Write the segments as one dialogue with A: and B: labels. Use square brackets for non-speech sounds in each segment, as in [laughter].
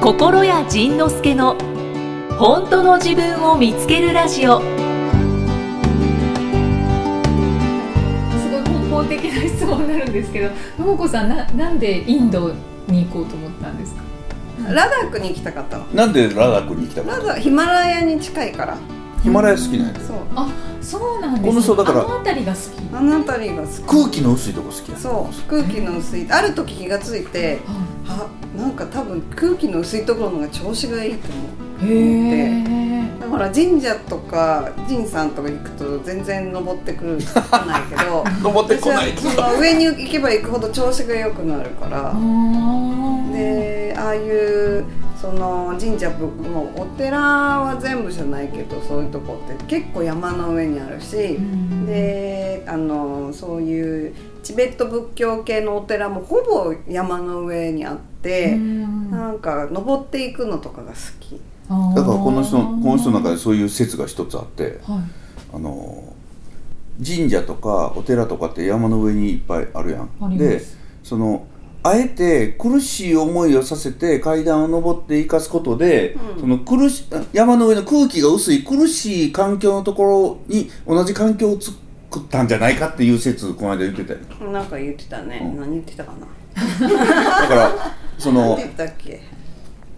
A: 心谷仁之助の本当の自分を見つけるラジオ
B: すごい根本的な質問になるんですけど信子さんななんでインドに行こうと思ったんですか
C: ラダックに行きたかったの
D: なんでラダックに行きたか
C: ラ
D: っ
C: ダヒマラヤに近いから
D: たヒマラヤ好きなんや
C: そう
B: そうなんですね
D: この人だから
B: あの辺りが好き
C: あの辺りが好き
D: 空気の薄いとこ好きやん
C: そう空気の薄いある時気がついてあなんか多分空気の薄いところの方が調子がいいと思
B: へえ
C: うだから神社とか神さんとか行くと全然登ってくる来ないけど
D: [laughs] 登って
C: 私
D: こ
C: は
D: ない
C: その上に行けば行くほど調子が良くなるからでああいうその神社仏もうお寺は全部じゃないけどそういうとこって結構山の上にあるし、であのそういうチベット仏教系のお寺もほぼ山の上にあって、なんか登っていくのとかが好き。
D: だからこの人この人の中
B: で
D: でそういう説が一つあって
B: はい
D: あの神社とかお寺とかって山の上にいっぱいあるや
B: ありま
D: ん
B: す
D: でそのあえて苦しい思いをさせて階段を上っていかすことで、
C: うん
D: その苦し山の上の空気が薄い苦しい環境のところに同じ環境を作ったんじゃないかっていう説この間言ってたよ
C: なんか言ってたね、
D: うん
C: 何言ってたかな
D: だからそ
C: 何
D: の
C: て言ったっけ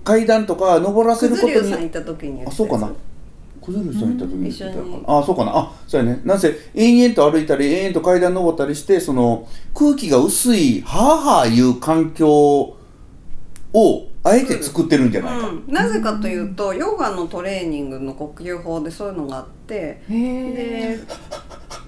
D: 階段とか登らせ
C: く
D: る
C: ず
D: こ
C: りゅ
D: と
C: うさん行
D: に
C: った時に言ってた
D: あそうかな小鶴さん行った時に
C: 一緒に
D: 言ってたかなあそうかなあそうやねなんせ延々と歩いたり延々と階段登ったりしてその空気が薄いはあはあいう環境をあえて作ってるんじゃないか、
C: うん、なぜかというとヨガのトレーニングの呼吸法でそういうのがあって
B: へ
C: で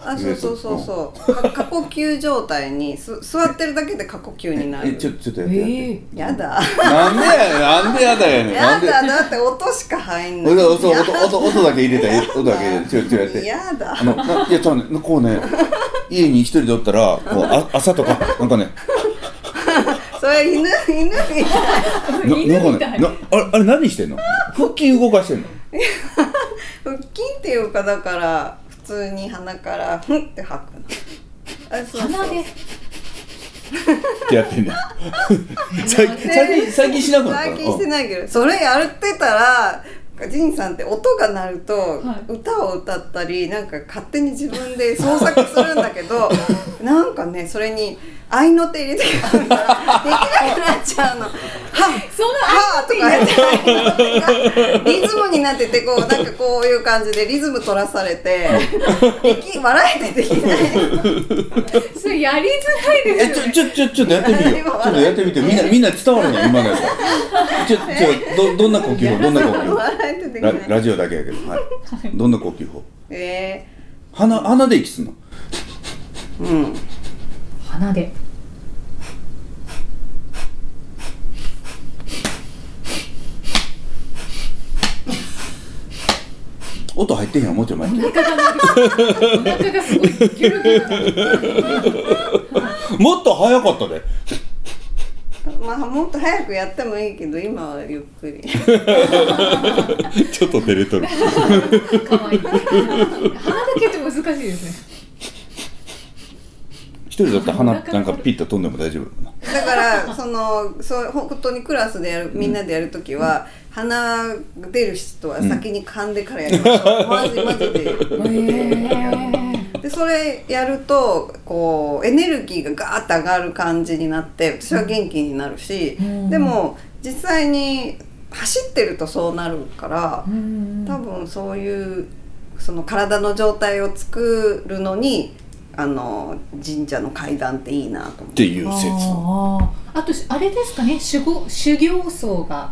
C: あそうそうそうそうか過呼吸状態にす座ってるだけで過呼吸にな
D: え
C: る
D: ちょっとちょっと
B: え
D: やってやって、
B: え
C: やだ
D: なんでやねんなんでやだやねんな
C: や
D: んで
C: だだって音しか入んない
D: 俺はそう音音音だけ入れたい音だけ入れたいちょっとやって
C: やだ
D: あのないやちょっとねこうね家に一人でおったらこうあ朝とかなんかね
C: それ犬犬みたい
D: な
B: 犬みた
D: ないんかねなあれあれ何してんの腹筋動かしてんの
C: 腹筋っていうかだから普通に鼻からふんって吐くのあそうそう
B: 鼻で
D: ってやってんだよ最近最近最近しなくなったの
C: 最近してないけどそれやってたらジンさんって音が鳴ると
B: はい
C: 歌を歌ったりなんか勝手に自分で創作するんだけ
B: [laughs]
C: どなんかねそれに合いの手入れてくるからできなくなっちゃ
B: [laughs]
C: うの。は
B: その
C: はとかやってリズムになっててこうなんかこういう感じでリズム取らされてでき笑えてできない
B: それやりづらいです
D: え
B: よね
D: ちょちょちょちょっとやってみるよちょ
C: 今
D: っ
C: 笑
D: とやってみてみんなみんな伝わるの今のやつちょちょどどんな呼吸法どんな呼
C: [laughs]
D: 吸法
C: 笑えてできな
D: ラ
C: い。
D: ラジオだけやけどはいどんな呼吸法
C: え
D: 鼻鼻で息すんの
C: ー、うん
B: [laughs] 鼻で
D: 音入ってへんやんもうちょい前
B: お腹がすごいギュルギュル
D: もっと早かったで [laughs]
C: まあもっと早くやってもいいけど今はゆっくり。
D: ちょっと照れとる
B: 可愛い鼻だけって難しいですね
D: 一人だったら鼻なんかピッと飛んでも大丈夫かな
C: だからそのそう本当にクラスでやるみんなでやるときは、鼻が出る人は先に噛んでからやりましょう、マジマジで。でそれやるとこうエネルギーがガーッと上がる感じになって私は元気になるし、
B: うん
C: でも実際に走ってるとそうなるから、
B: うん
C: 多分そういうその体の状態を作るのにあの神社の階段っていいなと思っ
D: ってていう説
B: あーあとあれですかね修行修行僧が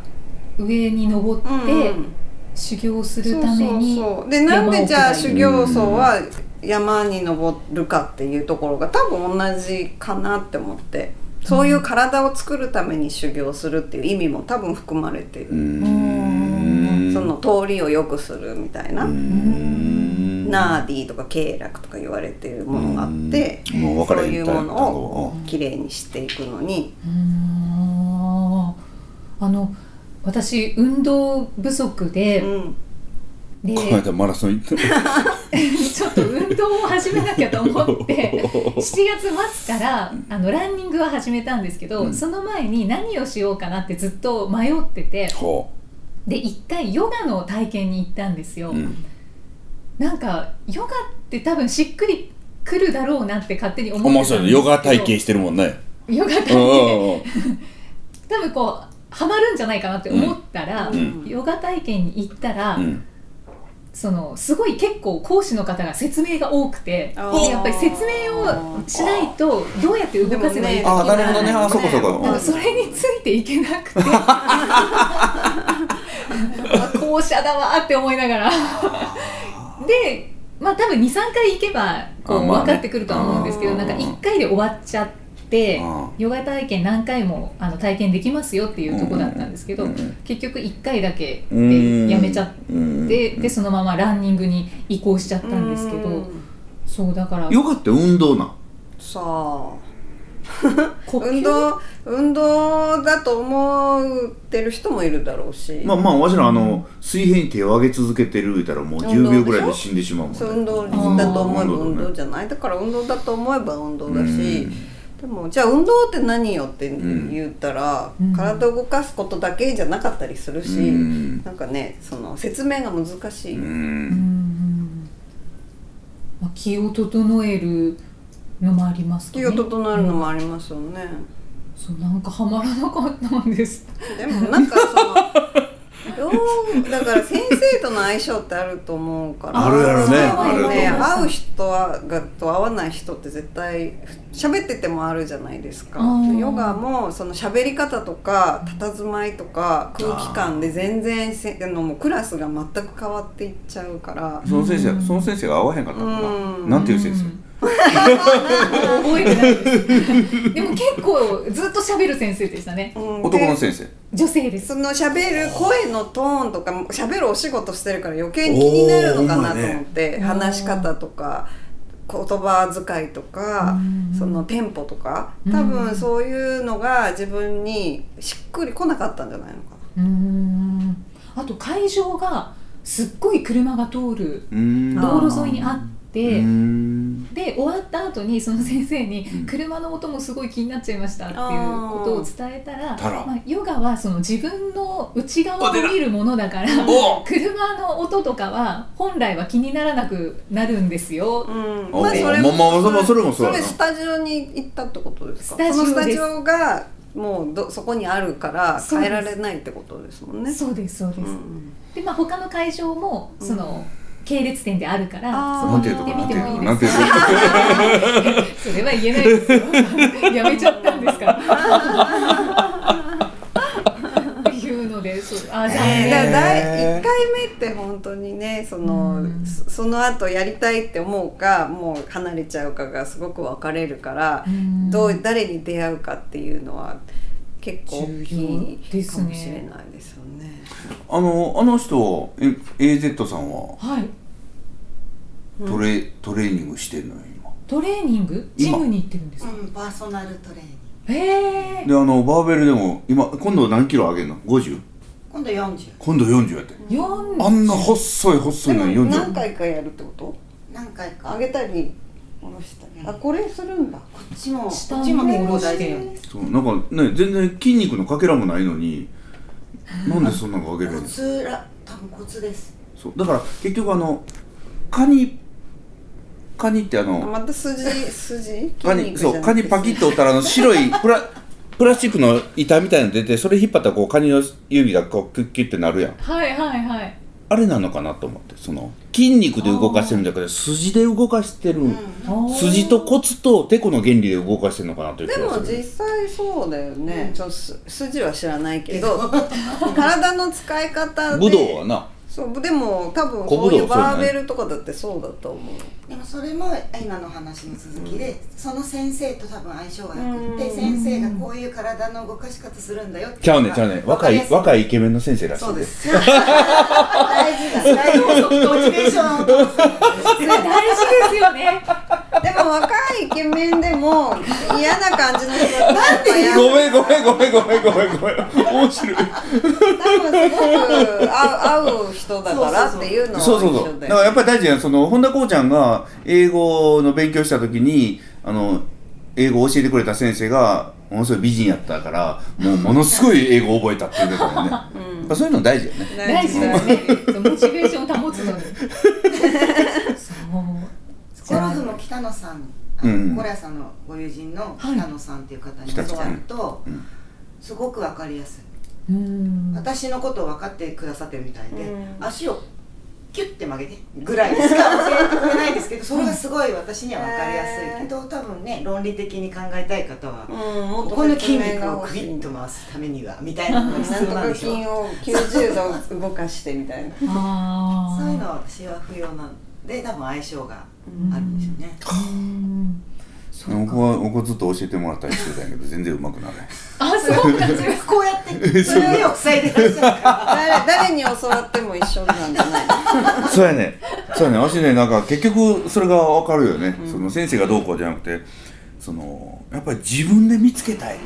B: 上に登って、
C: うん
B: 修行するために
C: そうそうそうでなんでじゃ
B: 山
C: あ修
B: 奥
C: 行僧は山に登るかっていうところが多分同じかなって思ってそういう体を作るために修行するっていう意味も多分含まれて
D: うー
C: る、
D: ん
C: その通りを良くするみたいな、
D: うーん
C: ナーディとか経絡とか言われてるものがあって
D: うんもう分か
C: そう
D: れ
C: い
D: へん
C: う
D: タイ
C: も
D: プだ
C: のをきれいにしていくのに
B: うーんあの私運動不足
C: う
B: で,、
C: ん
B: で
D: この間マラソン行っ
C: [laughs]
D: た
B: ちょっと運動を始めなきゃと思って
D: そう
B: 7月末からあのランニングは始めたんですけど、
D: うん
B: その前に何をしようかなってずっと迷ってて
D: [laughs] ほ
B: で一回ヨガの体験に行ったんですよ、
D: う、うん、
B: なんかヨガって多分しっくりくるだろうなって勝手に思ってたん
D: 面
B: ですけ
D: 白
B: ど
D: いヨガ体験してるもんね
B: ヨガ体
D: うんう
B: 験
D: んうん
B: 多分こうハマるんじゃないかなって思ったら、
D: うん
B: ヨガ体験に行ったら、
D: うん
B: そのすごい結構講師の方が説明が多くて
C: あ
B: で
C: ー
B: やっぱり説明をしないとどうやって動かせばいい
C: でも
B: か
D: あ
C: ね
D: あなるほどねあそこそこ
B: なんかそれについていけなく [laughs] てあ校舎だわーって思いながらでまあ多分23回行けばこ
D: あ
B: う
D: ま
B: 分
D: あね
B: かってくるとは思うんですけど、
D: うん
B: なんか1回で終わっちゃって
D: うん
B: ヨガ体験何回もあの体験できますよっていうとこだったんですけど、
D: うんうんうん
B: 結局1回だけ
D: うん
B: でやめちゃって。
D: うん
B: ででそのままランニングに移行しちゃったんですけど、
C: うん
B: そうだから
D: ヨガって運動なん
C: さあ
B: 呼吸
C: 運動運動だと思ってる人もいるだろうし、
D: まあまあわしらあの水平に手を上げ続けてる言うたらもう10秒ぐらいで死んでしまうもんね
C: そう運動だと思えば
D: うん
C: 運動じゃないだから運動だと思えば運動だし、
D: うん
C: でもじゃあ運動って何よって
D: ん
C: 言ったら、
B: うん
C: 体を動かすことだけじゃなかったりするし、
D: うん
C: なんかねその説明が難しい、
D: う
B: うんんまあ、気を整えるのもありますか
C: 気
B: ね
C: を整えるのもありますよね、
B: そうなんかハマらなかったんです
C: でもなんか
B: [laughs]
C: そのようだから先生との相性ってあると思うから
D: あるやろね
C: あるね
B: あると思う
C: 会う人はがと会わない人って絶対喋っててもあるじゃないですか
B: あー
C: ヨガもその喋り方とか佇まいとか空気感で全然せあのもうクラスが全く変わっていっちゃうから
D: その先生その先生が合わへんかったのか
C: うん
D: ななんていう先生
B: 覚えてないですでも結構ずっと喋る先生でしたね
C: うん
D: 男の
C: で
D: 先生
B: 女性です
C: その喋る声のトーンとかも喋るお仕事してるから余計に気になるのかなと思って、
B: おー
C: 話し方とか言葉遣いとか
B: うん
C: そのテンポとか
B: うん
C: 多分そういうのが自分にしっくりこなかったんじゃないのか
B: うーんあと会場がすっごい車が通る
D: うん
B: 道路沿いにあって
D: うん
B: で終わった後にその先生に
D: う
B: 「
D: ん
B: 車の音もすごい気になっちゃいました」っていうことを伝えたら
D: たら
B: まあ、ヨガはその自分の内側を見るものだから
D: お
B: 車の音とかは本来は気にならなくなるんですよ。
C: うん
D: おまあまあまあそれもそう
C: そ
D: やな
C: れスタジオに行ったってことですか
B: スタジオです
C: そのスタジオがもうどそこにあるから
B: そう
C: 変
B: で
C: え
B: す
C: られないってことですもんね
B: そうですそうです、
C: うん
B: でまあ他の会場もその、系列店であるから
C: あー
B: そ
D: な
B: こ
D: んて
B: に
D: いう
B: 行
D: と
B: っ
D: こ
B: て
D: な
B: み
D: んて
B: てもい
D: いうとこ
B: い
D: なん
B: で
D: ていう
B: す
D: とこ
B: [laughs] それは言えないです
D: [laughs]
B: よやめちゃったんですからっていうのでそうあ残
C: だ
B: 念
C: から
D: へ
C: 第1回
D: ー
C: 目って本当にねその、
B: うん
C: そその後やりたいって思うかもう離れちゃうかがすごく分かれるから、
B: うん
C: どう誰に出会うかっていうのは結構大きいかもしれないですよね。
D: あのあの人え AZ さんは
B: はい
C: うん
D: トレトレーニングしてんのよ今
B: トレーニングジ
D: 今
B: ムに行ってるんですか
E: うん、パーソナルトレーニング
B: へえ
D: であのバーベルでも今今度何キロ上げるの 50?
E: 今度40
D: 今度40やって
B: 4
D: あんな細い細いのに
C: でも何
D: 40
C: 回かやるってこと
E: 何回か
C: 上
E: こ
C: げたり下ろしたりあこれするんだ。
E: っちもこ
B: 下
E: っちも結構大
B: に
E: 事
D: そうなんかね全然筋肉のかけらもないのになんでそんなの上げる
E: コ
D: んです
E: ツら多分コツです
D: そうだから結局あのカニカニってあの
C: また筋筋
D: カ
C: 筋
D: ニ
C: 肉
D: そうカニパキッと折ったらあの白い [laughs] プラプラスチックの板みたいなの出てそれ引っ張ったらこうカニの指がこうキュッキュッてなるやん
B: はいはいはい
D: あれなのかなと思ってその筋肉で動かしてるんじゃなくて筋で動かしてる、
E: うん
D: 筋とコツとテコの原理で動かしてるのかなという気
C: で
D: が
C: も
D: する
C: 実際そうだよね、
E: うん
C: ちょっとす筋は知らないけど [laughs] 体の使い方で
D: 武道はな
C: そうでも多分
D: 小
C: こ
D: 武
C: うい
D: 道
C: う
D: そうじゃない
C: バーベルとかだってそうだと思う [laughs]
E: でもそれも今の話の続きで、その先生と多分相性が良くって、
C: うん
E: 先生がこういう体の動かし方するんだよって
D: ちゃうねちゃうね若い
E: い
D: 若いイケメンの先生らしい
E: そうです [laughs] 大事だ大事だモチベーションを保つ
B: 大事ですよね
C: でも若いイケメンでも嫌な感じの人だなんで
D: [laughs] [laughs] ごめんごめんごめんごめんごめんごめん面白い
C: 多分すごく合う合う人だからっていうのは一
D: そうそうそ
C: 緒
D: う
C: で
D: だからやっぱり大事なのはその本田こうちゃんが英語の勉強した時にあの英語を教えてくれた先生がものすごい美人やったからもうものすごい英語を覚えたっていうことだよねや
C: うん
D: っぱそういうの大事よね
B: 大事だねそうモチベーションを保つのにそう
E: ゴルフも北野さん、あ
D: うんうん
E: のコレアさんのご友人の北野さんっていう方に教わると
D: 北野さんうん、
E: すごくわかりやすい。
B: うん
E: 私のことを分かってくださってるみたいで、
C: うん
E: 足をキュッて曲げてぐらいしか教えてくれないんですけど、それがすごい私には分かりやすいけど、多分ね、論理的に考えたい方は、
C: うんも
E: こ
C: っと
E: この
C: 説
E: 筋
C: 明
E: 肉
C: が
E: を
C: 欲
E: ク
C: し
E: リ
C: い
E: ッと回すためにはみたいなのが
C: な
E: 必
C: んと
E: 要なん
C: か
E: でしょ
C: 筋を90度動かしてみたいな
B: あー
E: そういうのは私は不要なんで多分相性があるんでしょうね、
B: うんそうか
D: 僕は僕はずっと教えてもらったりしてたんやけど全然うまくならない
B: あそうか自分
E: こうやってそれを塞いでらっしゃるか
C: 誰
E: ら
C: 誰に教わっても一緒なんじゃ
D: [laughs]
C: ない
D: [laughs] そうやねそうやね私ねなんか結局それが分かるよね、その先生がどうこうじゃなくてそのやっぱり自分で見つけたい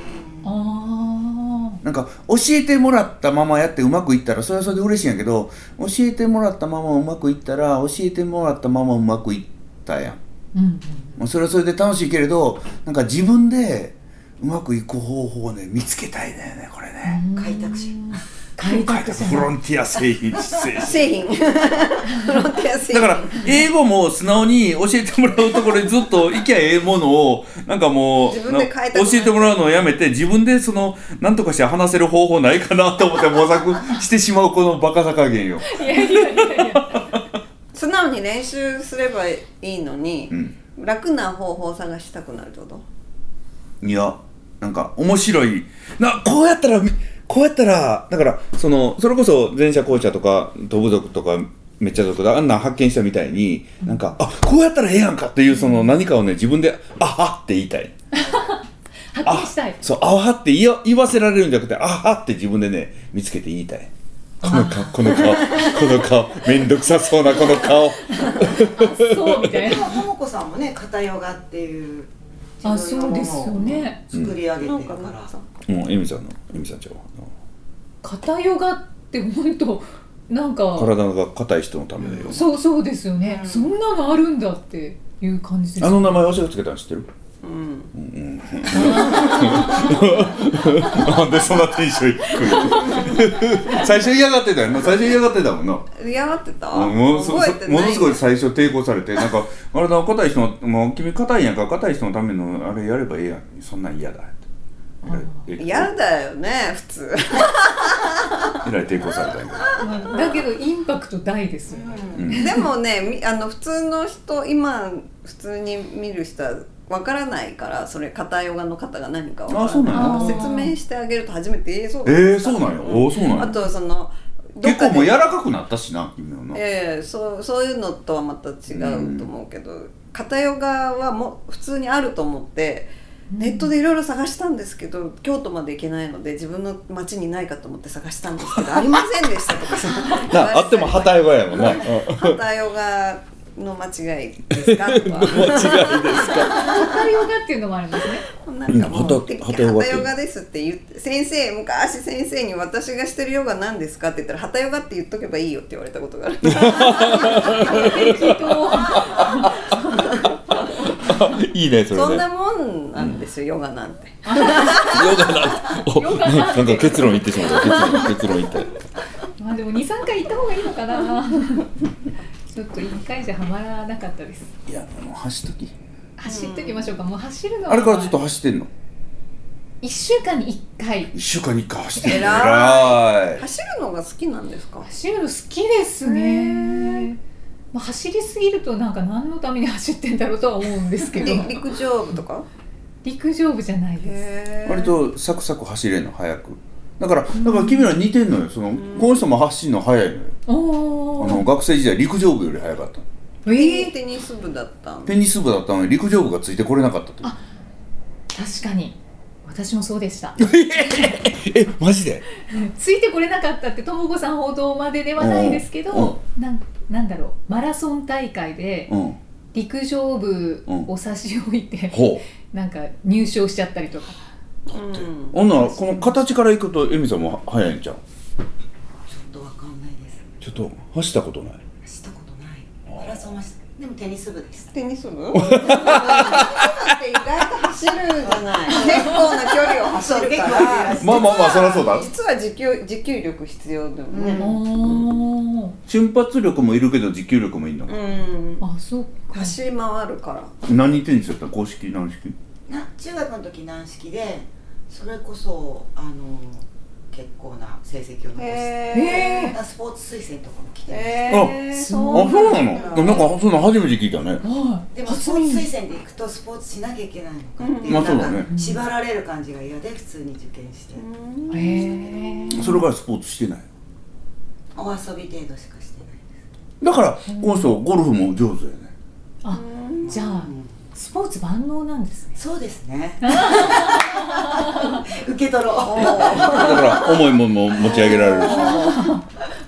B: あ
D: なんか教えてもらったままやってうまくいったらそれはそれで嬉しいんやけど教えてもらったままうまくいったら教えてもらったままうまくいったや
B: ー
D: ん
B: うん
D: もうそれはそれで楽しいけれどなんか自分でうまくいく方法をね見つけたいんだよねこれね、
B: うん
E: 開拓者 [laughs]
B: 開
D: 書い
B: 拓
D: て
B: 者
D: フロンティア製品製品
C: 製品フロンティア製
D: だ
C: 品
D: から英語も素直に教えてもらうところにずっといきゃええものをなんかもう
C: 自分で変えたくない
D: 教えてもらうのをやめて自分でその何とかして話せる方法ないかなと思って模索してしまうこのバカさ加減よ。
B: いやいやいやいや
C: 素直に練習すればいいのに
D: う、ん、
C: 楽な方法を探したくなるってこと
D: いやなんか面白いなこうやったらこうやったらだからそのそれこそ前者後者とかドブ族とかめっちゃ族だあんなん発見したみたいになんかあこうやったらええやんかっていうその何かをね自分であはって言いたい。
B: 発見したい
D: そう、あはって言わ言わせられるんじゃなくて、あはって自分でね、見つけて言いたい。この顔、この顔、この顔、めんどくさそうなこの顔。
B: そうみたい
E: で
B: な
E: もともこさんもね片ヨガっていう
B: あ
E: 自
B: そう
E: 分のも
B: ですよ
E: のを
B: ね
E: 作り上げてる
C: なん
E: か、
C: からなんかさ
D: もう、エミさんの、エミさんちゃうわ
B: 片ヨガって本当なんか
D: 体が硬い人のためだよ。
B: そうそうですよね、
E: うん
B: そんなのあるんだっていう感じです
D: あの名前私がつけたの知ってる
C: うん
D: うんうん。 [laughs] なんでそんなテンション低い [laughs] 最初嫌がってたよな。最初嫌がってたもんな。
C: 嫌がってた
D: もうそ
C: 覚えて
D: も
C: な
D: の
C: い
D: すごい最初抵抗されてな
C: [laughs]
D: んか「あれだ硬い人のもう君硬いんやんから硬い人のためのあれやればええやんそんなん嫌だ」ってえらい
C: 嫌だよね普
D: [laughs]
C: 通
D: えらい抵抗されたんやけど
B: まあだけどインパクト大ですよね、
E: うん
C: [laughs]
D: うん
C: でもねみあの普通の人今普通に見る人はわからないからそれ片ヨガの方が何かわから
D: あそうなん
B: や
C: だから説明してあげると初めてええそう
D: えー、そうなんやおーそうなん
C: あ
D: や
C: とそのどっ
D: 結
C: か
D: 構
C: で
D: もう柔らかくなったしな君はな
C: ええそうそういうのとはまた違うと思うけど、片ヨガはもう普通にあると思ってネットでいろいろ探したんですけど京都まで行けないので自分の町にないかと思って探したんですけどありませんでしたとかさ
D: [laughs]
C: [laughs]
D: なあっても旗ヨガやもんなうん間違
C: 片ヨガの間違いですかとか
D: いですか
B: 片ヨガっていうのもあるんですね [laughs]
C: なんかもう
D: うん
C: 「
D: 旗旗ヨガって
C: ヨガです」って言って先生昔先生に「私がしてるヨガ何ですか?」って言ったら「旗ヨガって言っとけばいいよ」って言われたことがある
B: 適当
D: [laughs] いいねそれ
C: そん
D: ね
C: なもんなんですよ、ヨガなんて。
D: ヨガなんお
B: ヨガなん
D: な
B: て
D: んか結論言ってしまった結論結論言った
B: まあでも二三回行った方がいいのかなちょっと一回じゃハマらなかったです
D: いやもう走っとき
B: 走ってきましょうか、もう走るのは
D: あれからずっと走ってんの
B: 一週間に一回
D: 一週間に一回走ってんの
C: 偉い
D: 偉い
C: 走るのが好きなんですか
B: 走るの好きですね、まあ、走りすぎるとなんか何のために走ってんだろうとは思うんですけど
C: り陸上部とか
B: 陸上部じゃないです
C: へー
D: 割とサクサク走れんの速くだからだから君ら似てんのよその、この人も走るの速いのよ
B: お
D: あ
B: お
D: の学生時代陸上部より速かったの
B: え
C: テニ
B: ー、
C: テニス部だったんだ
D: テニス部だったのに陸上部がついてこれなかったという
B: 確かに私もそうでした
D: えマジで
B: ついてこれなかったってともこさんほどまでではないですけど、
D: う
B: なんなんだろうマラソン大会で
D: うん
B: 陸上部を差し置いて、
D: ほ
B: なんか入賞しちゃったりとか
D: うほんならこの形からいくとエミさんも早いんじゃん
E: ちょっとわかんないです
D: ちょっと走ったことない
E: したことないマラソンはしたでもテニス部でした
C: テニス
D: [laughs]
C: 部テニス部って意外と走るじゃない結構な距離を走るか
E: そう結構な距離
C: ら
E: 走
D: まあまあまあそりゃそうだ
C: 実は持久持久力必要だよね、
B: おー
D: 瞬発力もいるけど持久力もいいのか、
C: うん
B: あそうか
C: 走り回るから
D: 何言ってんですよ公式軟式
E: な中学の時軟式でそれこそあの結構な成績を残して、
C: へ
E: スポーツ推薦とかも来てました、
B: あ
C: え
D: あそうなの
C: だ
D: なんかそんな初めて聞いたね
B: は
E: でもスポーツ推薦で行くとスポーツしなきゃいけないのかっていう、
D: うんまあそうだね
E: なんか縛られる感じが嫌で普通に受験して、
B: いへえ
D: それからスポーツしてない
E: お遊び程度しかしてないです
D: だからこの人ゴルフも上手やね
B: あじゃあスポーツ万能なんですね
E: そうですね受け取ろう
D: だから重いものも持ち上げられるし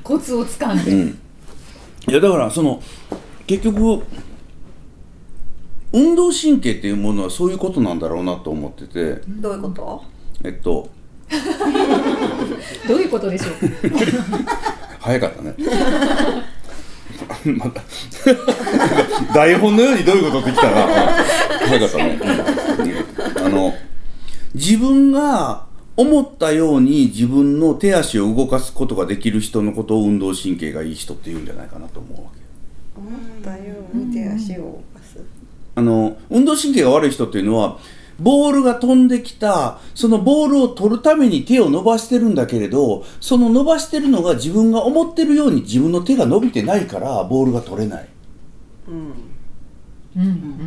B: コツをつかん [laughs] で
D: うん、いやだからその結局運動神経っていうものはそういうことなんだろうなと思ってて
C: どういうこと
D: えっと
B: どういうことでしょ [laughs] う
D: 早かったね [laughs] また台本のようにどういうことってきたな早かったねうんあの自分が思ったように自分の手足を動かすことができる人のことを運動神経がいい人っていうんじゃないかなと思うわけ
C: だよ見て足を動かす
D: あの運動神経が悪い人っていうのはボールが飛んできたそのボールを取るために手を伸ばしてるんだけれどその伸ばしてるのが自分が思ってるように自分の手が伸びてないからボールが取れない
C: うん
B: うんう
E: うん
B: ん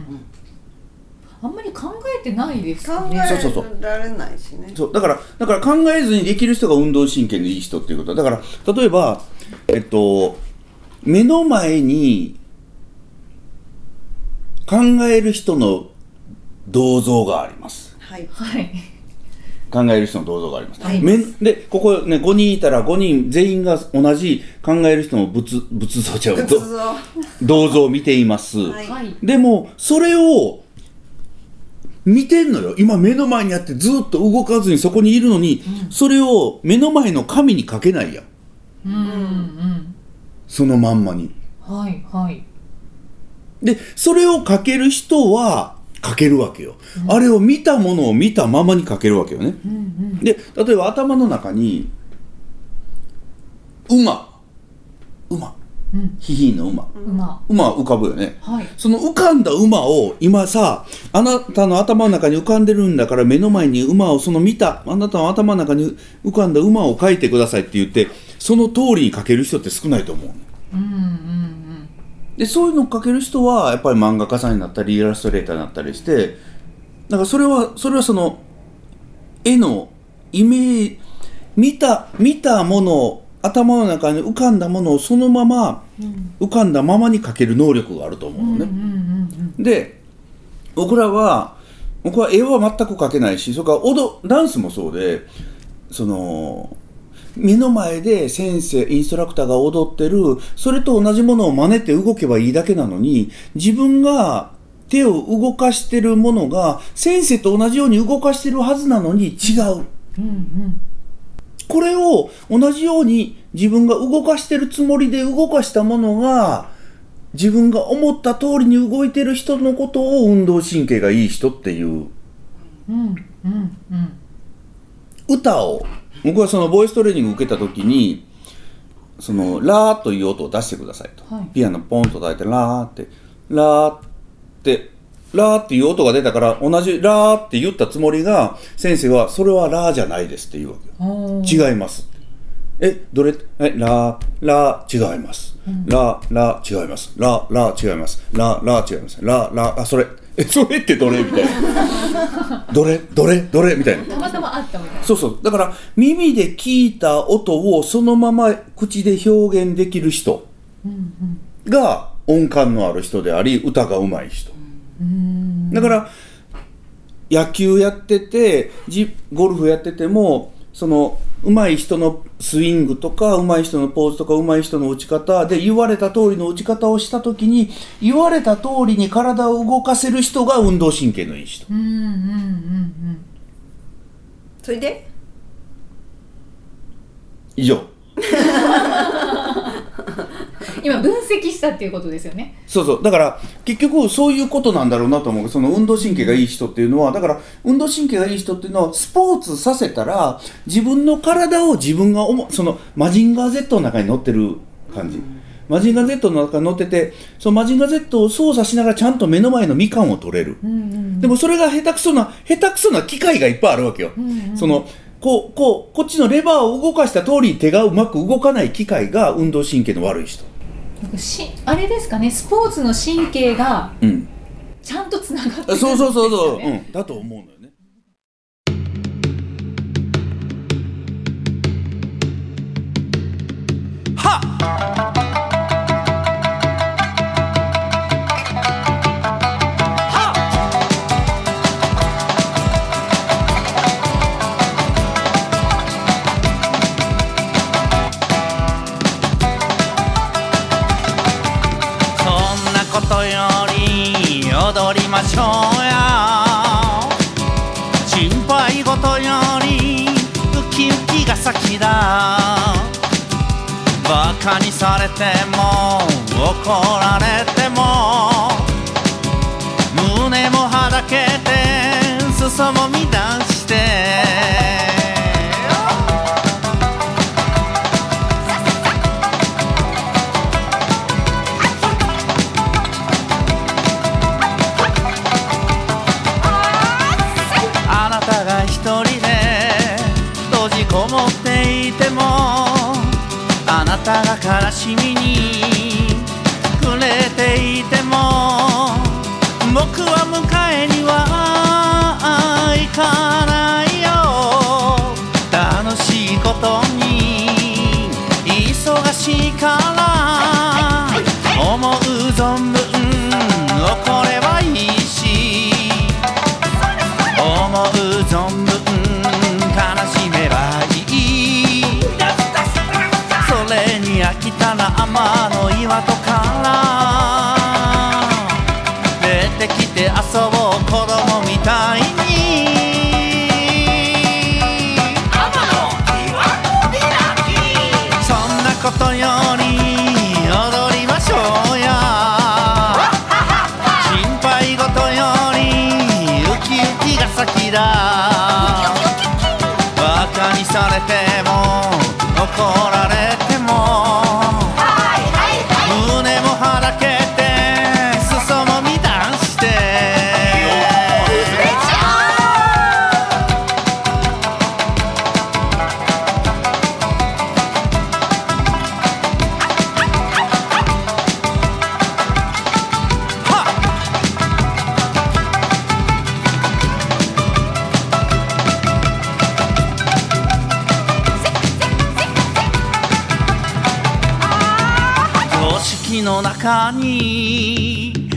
B: あんまり考えてないです
C: 考
B: よね
D: そうそう
C: えられないしね
D: そうだからだから考えずにできる人が運動神経のいい人っていうことだから例えばえっと目の前に考える人の銅像があります
C: はい
B: はい
D: 考える人の銅像があります。
B: はい
D: めんで、ここね、5人いたら5人全員が同じ考える人の仏、仏像ちゃう、
C: 仏
D: ど
C: 像
D: 銅像を見ています。
C: はい
B: はい
D: でも、それを見てんのよ。今目の前にあってずっと動かずにそこにいるのに、それを目の前の神にかけないやん。
B: うんうん
D: そのまんまに。
B: はいはい
D: で、それをかける人は、かけるわけよ、あれを見たものを見たままにかけるわけよね。
B: うんうん
D: で例えば頭の中に馬馬
B: うん
D: ヒヒの馬
B: 馬
D: 馬浮かぶよね
B: はい
D: その浮かんだ馬を今さあなたの頭の中に浮かんでるんだから目の前に馬をその見たあなたの頭の中に浮かんだ馬を描いてくださいって言ってその通りに描ける人って少ないと思うの
B: うんうん
D: でそういうのを描ける人はやっぱり漫画家さんになったりイラストレーターになったりしてだからそれはそれはその絵のイメージ見た見たものを頭の中に浮かんだものをそのまま
B: うん
D: 浮かんだままに描ける能力があると思
B: うん
D: う
B: うんう
D: の
B: ん
D: ね。で僕らは僕は絵は全く描けないしそれから踊ダンスもそうでその目の前で先生インストラクターが踊ってるそれと同じものを真似て動けばいいだけなのに自分が手を動かしてるものが先生と同じように動かしてるはずなのに違う。
B: うんうん
D: これを同じように自分が動かしてるつもりで動かしたものが自分が思った通りに動いてる人のことを運動神経がいい人っていう
B: うんうんうん
D: 歌を僕はそのボイストレーニング受けた時にそのラーという音を出してくださいと、
B: はい
D: ピアノポンと叩いてラーってラーってラーっていう音が出たから同じラーって言ったつもりが先生はそれはラーじゃないですって言うわけよ
B: おー
D: 違いますって。え、どれ、え、ラ、ラ、違います。ラ、ラ、違います。ラ、ラ、違います。ラ、ラ、違います。ラ、ラ、あ、それ、え、それってどれみたいな。どれ、どれ、どれみたいな。
B: たまたまあったみたい
D: そうそう。だから、耳で聞いた音をそのまま口で表現できる人が音感のある人であり、歌が上手い人。だから、野球やってて、じゴルフやってても、その、
F: 上手い人のスイングとか上手い人のポーズとか上手い人の打ち方で言われた通りの打ち方をした時に言われた通りに体を動かせる人が運動神経のいい人
B: うんうんうん
G: それで
F: 以上
B: うん今分析したっていうことですよね
F: そうそうだから結局そういうことなんだろうなと思うその運動神経がいい人っていうのはだから運動神経がいい人っていうのはスポーツさせたら自分の体を自分が思うそのマジンガー Z の中に乗ってる感じ、マジンガー Z の中に乗っててそのマジンガー Z を操作しながらちゃんと目の前のみかんを取れる、
B: うんうん
F: でもそれが下手くそな下手くそな機械がいっぱいあるわけよ、
B: うんうん
F: そのこうこうこっちのレバーを動かした通りに手がうまく動かない機械が運動神経の悪い人
B: なんかしあれですかねスポーツの神経が
F: うん
B: ちゃんとつながってるん
F: そ
B: で
F: う
B: すよ
F: そ
B: ね
F: うそうそう、うん、だと思うのよね。
D: そんなことより踊りましょうや心配事よりウキウキが先だバカにされても怒られても胸もはだけて裾も乱してあなたが一人で閉じこもっていてもあなたが悲しみに暮れていても僕は迎えには行かないよ楽しいことに忙しいから思う存分これはいいし思う存分悲しめばいいそれに飽きたら天の岩戸から出てきて遊ぼう子供みたいにそんなことより踊りましょうや心配事よりウキウキが先だバカにされても怒られても胸もはだけて裾も乱して常識の中に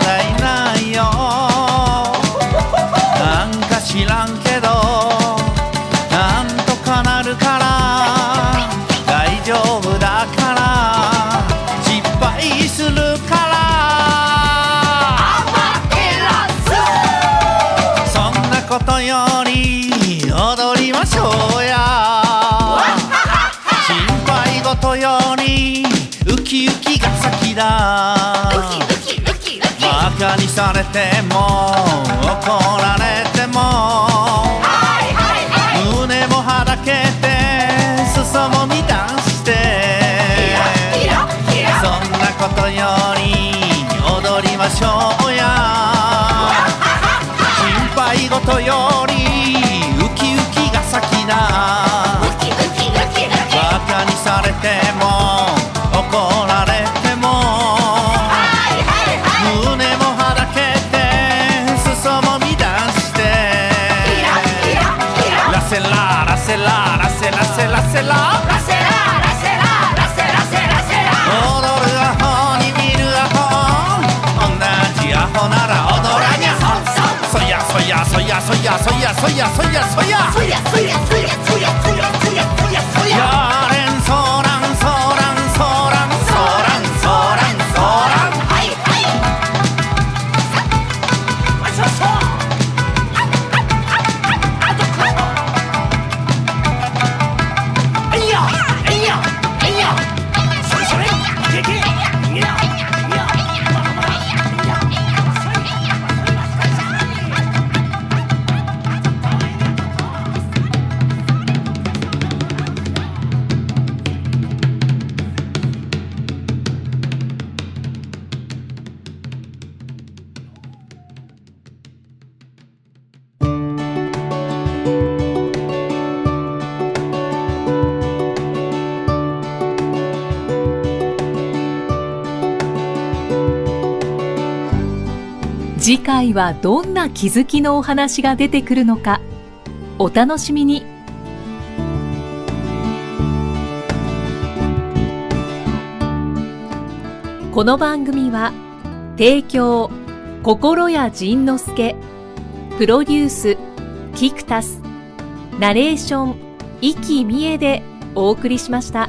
D: 題ないよなんか知らんけどなんとかなるから大丈夫だから失敗するからそんなことより踊りましょうや心配事よりウキウキが先だバカにされても怒られても胸もはだけて裾も乱してそんなことより踊りましょ [laughs] うや心配事よりウキウキが先だされても怒られても胸もはだけて裾も乱してラセララセララセラセラセラ踊るアホに見るアホ同じアホなら踊らにゃそやそやそやそやそやそやそやそややれんそらんそらんそらんそらんそらんそらん
A: 次回はどんな気づきのお話が出てくるのかお楽しみにこの番組は提供心谷仁之助プロデュースキクタスナレーション生きみえでお送りしました。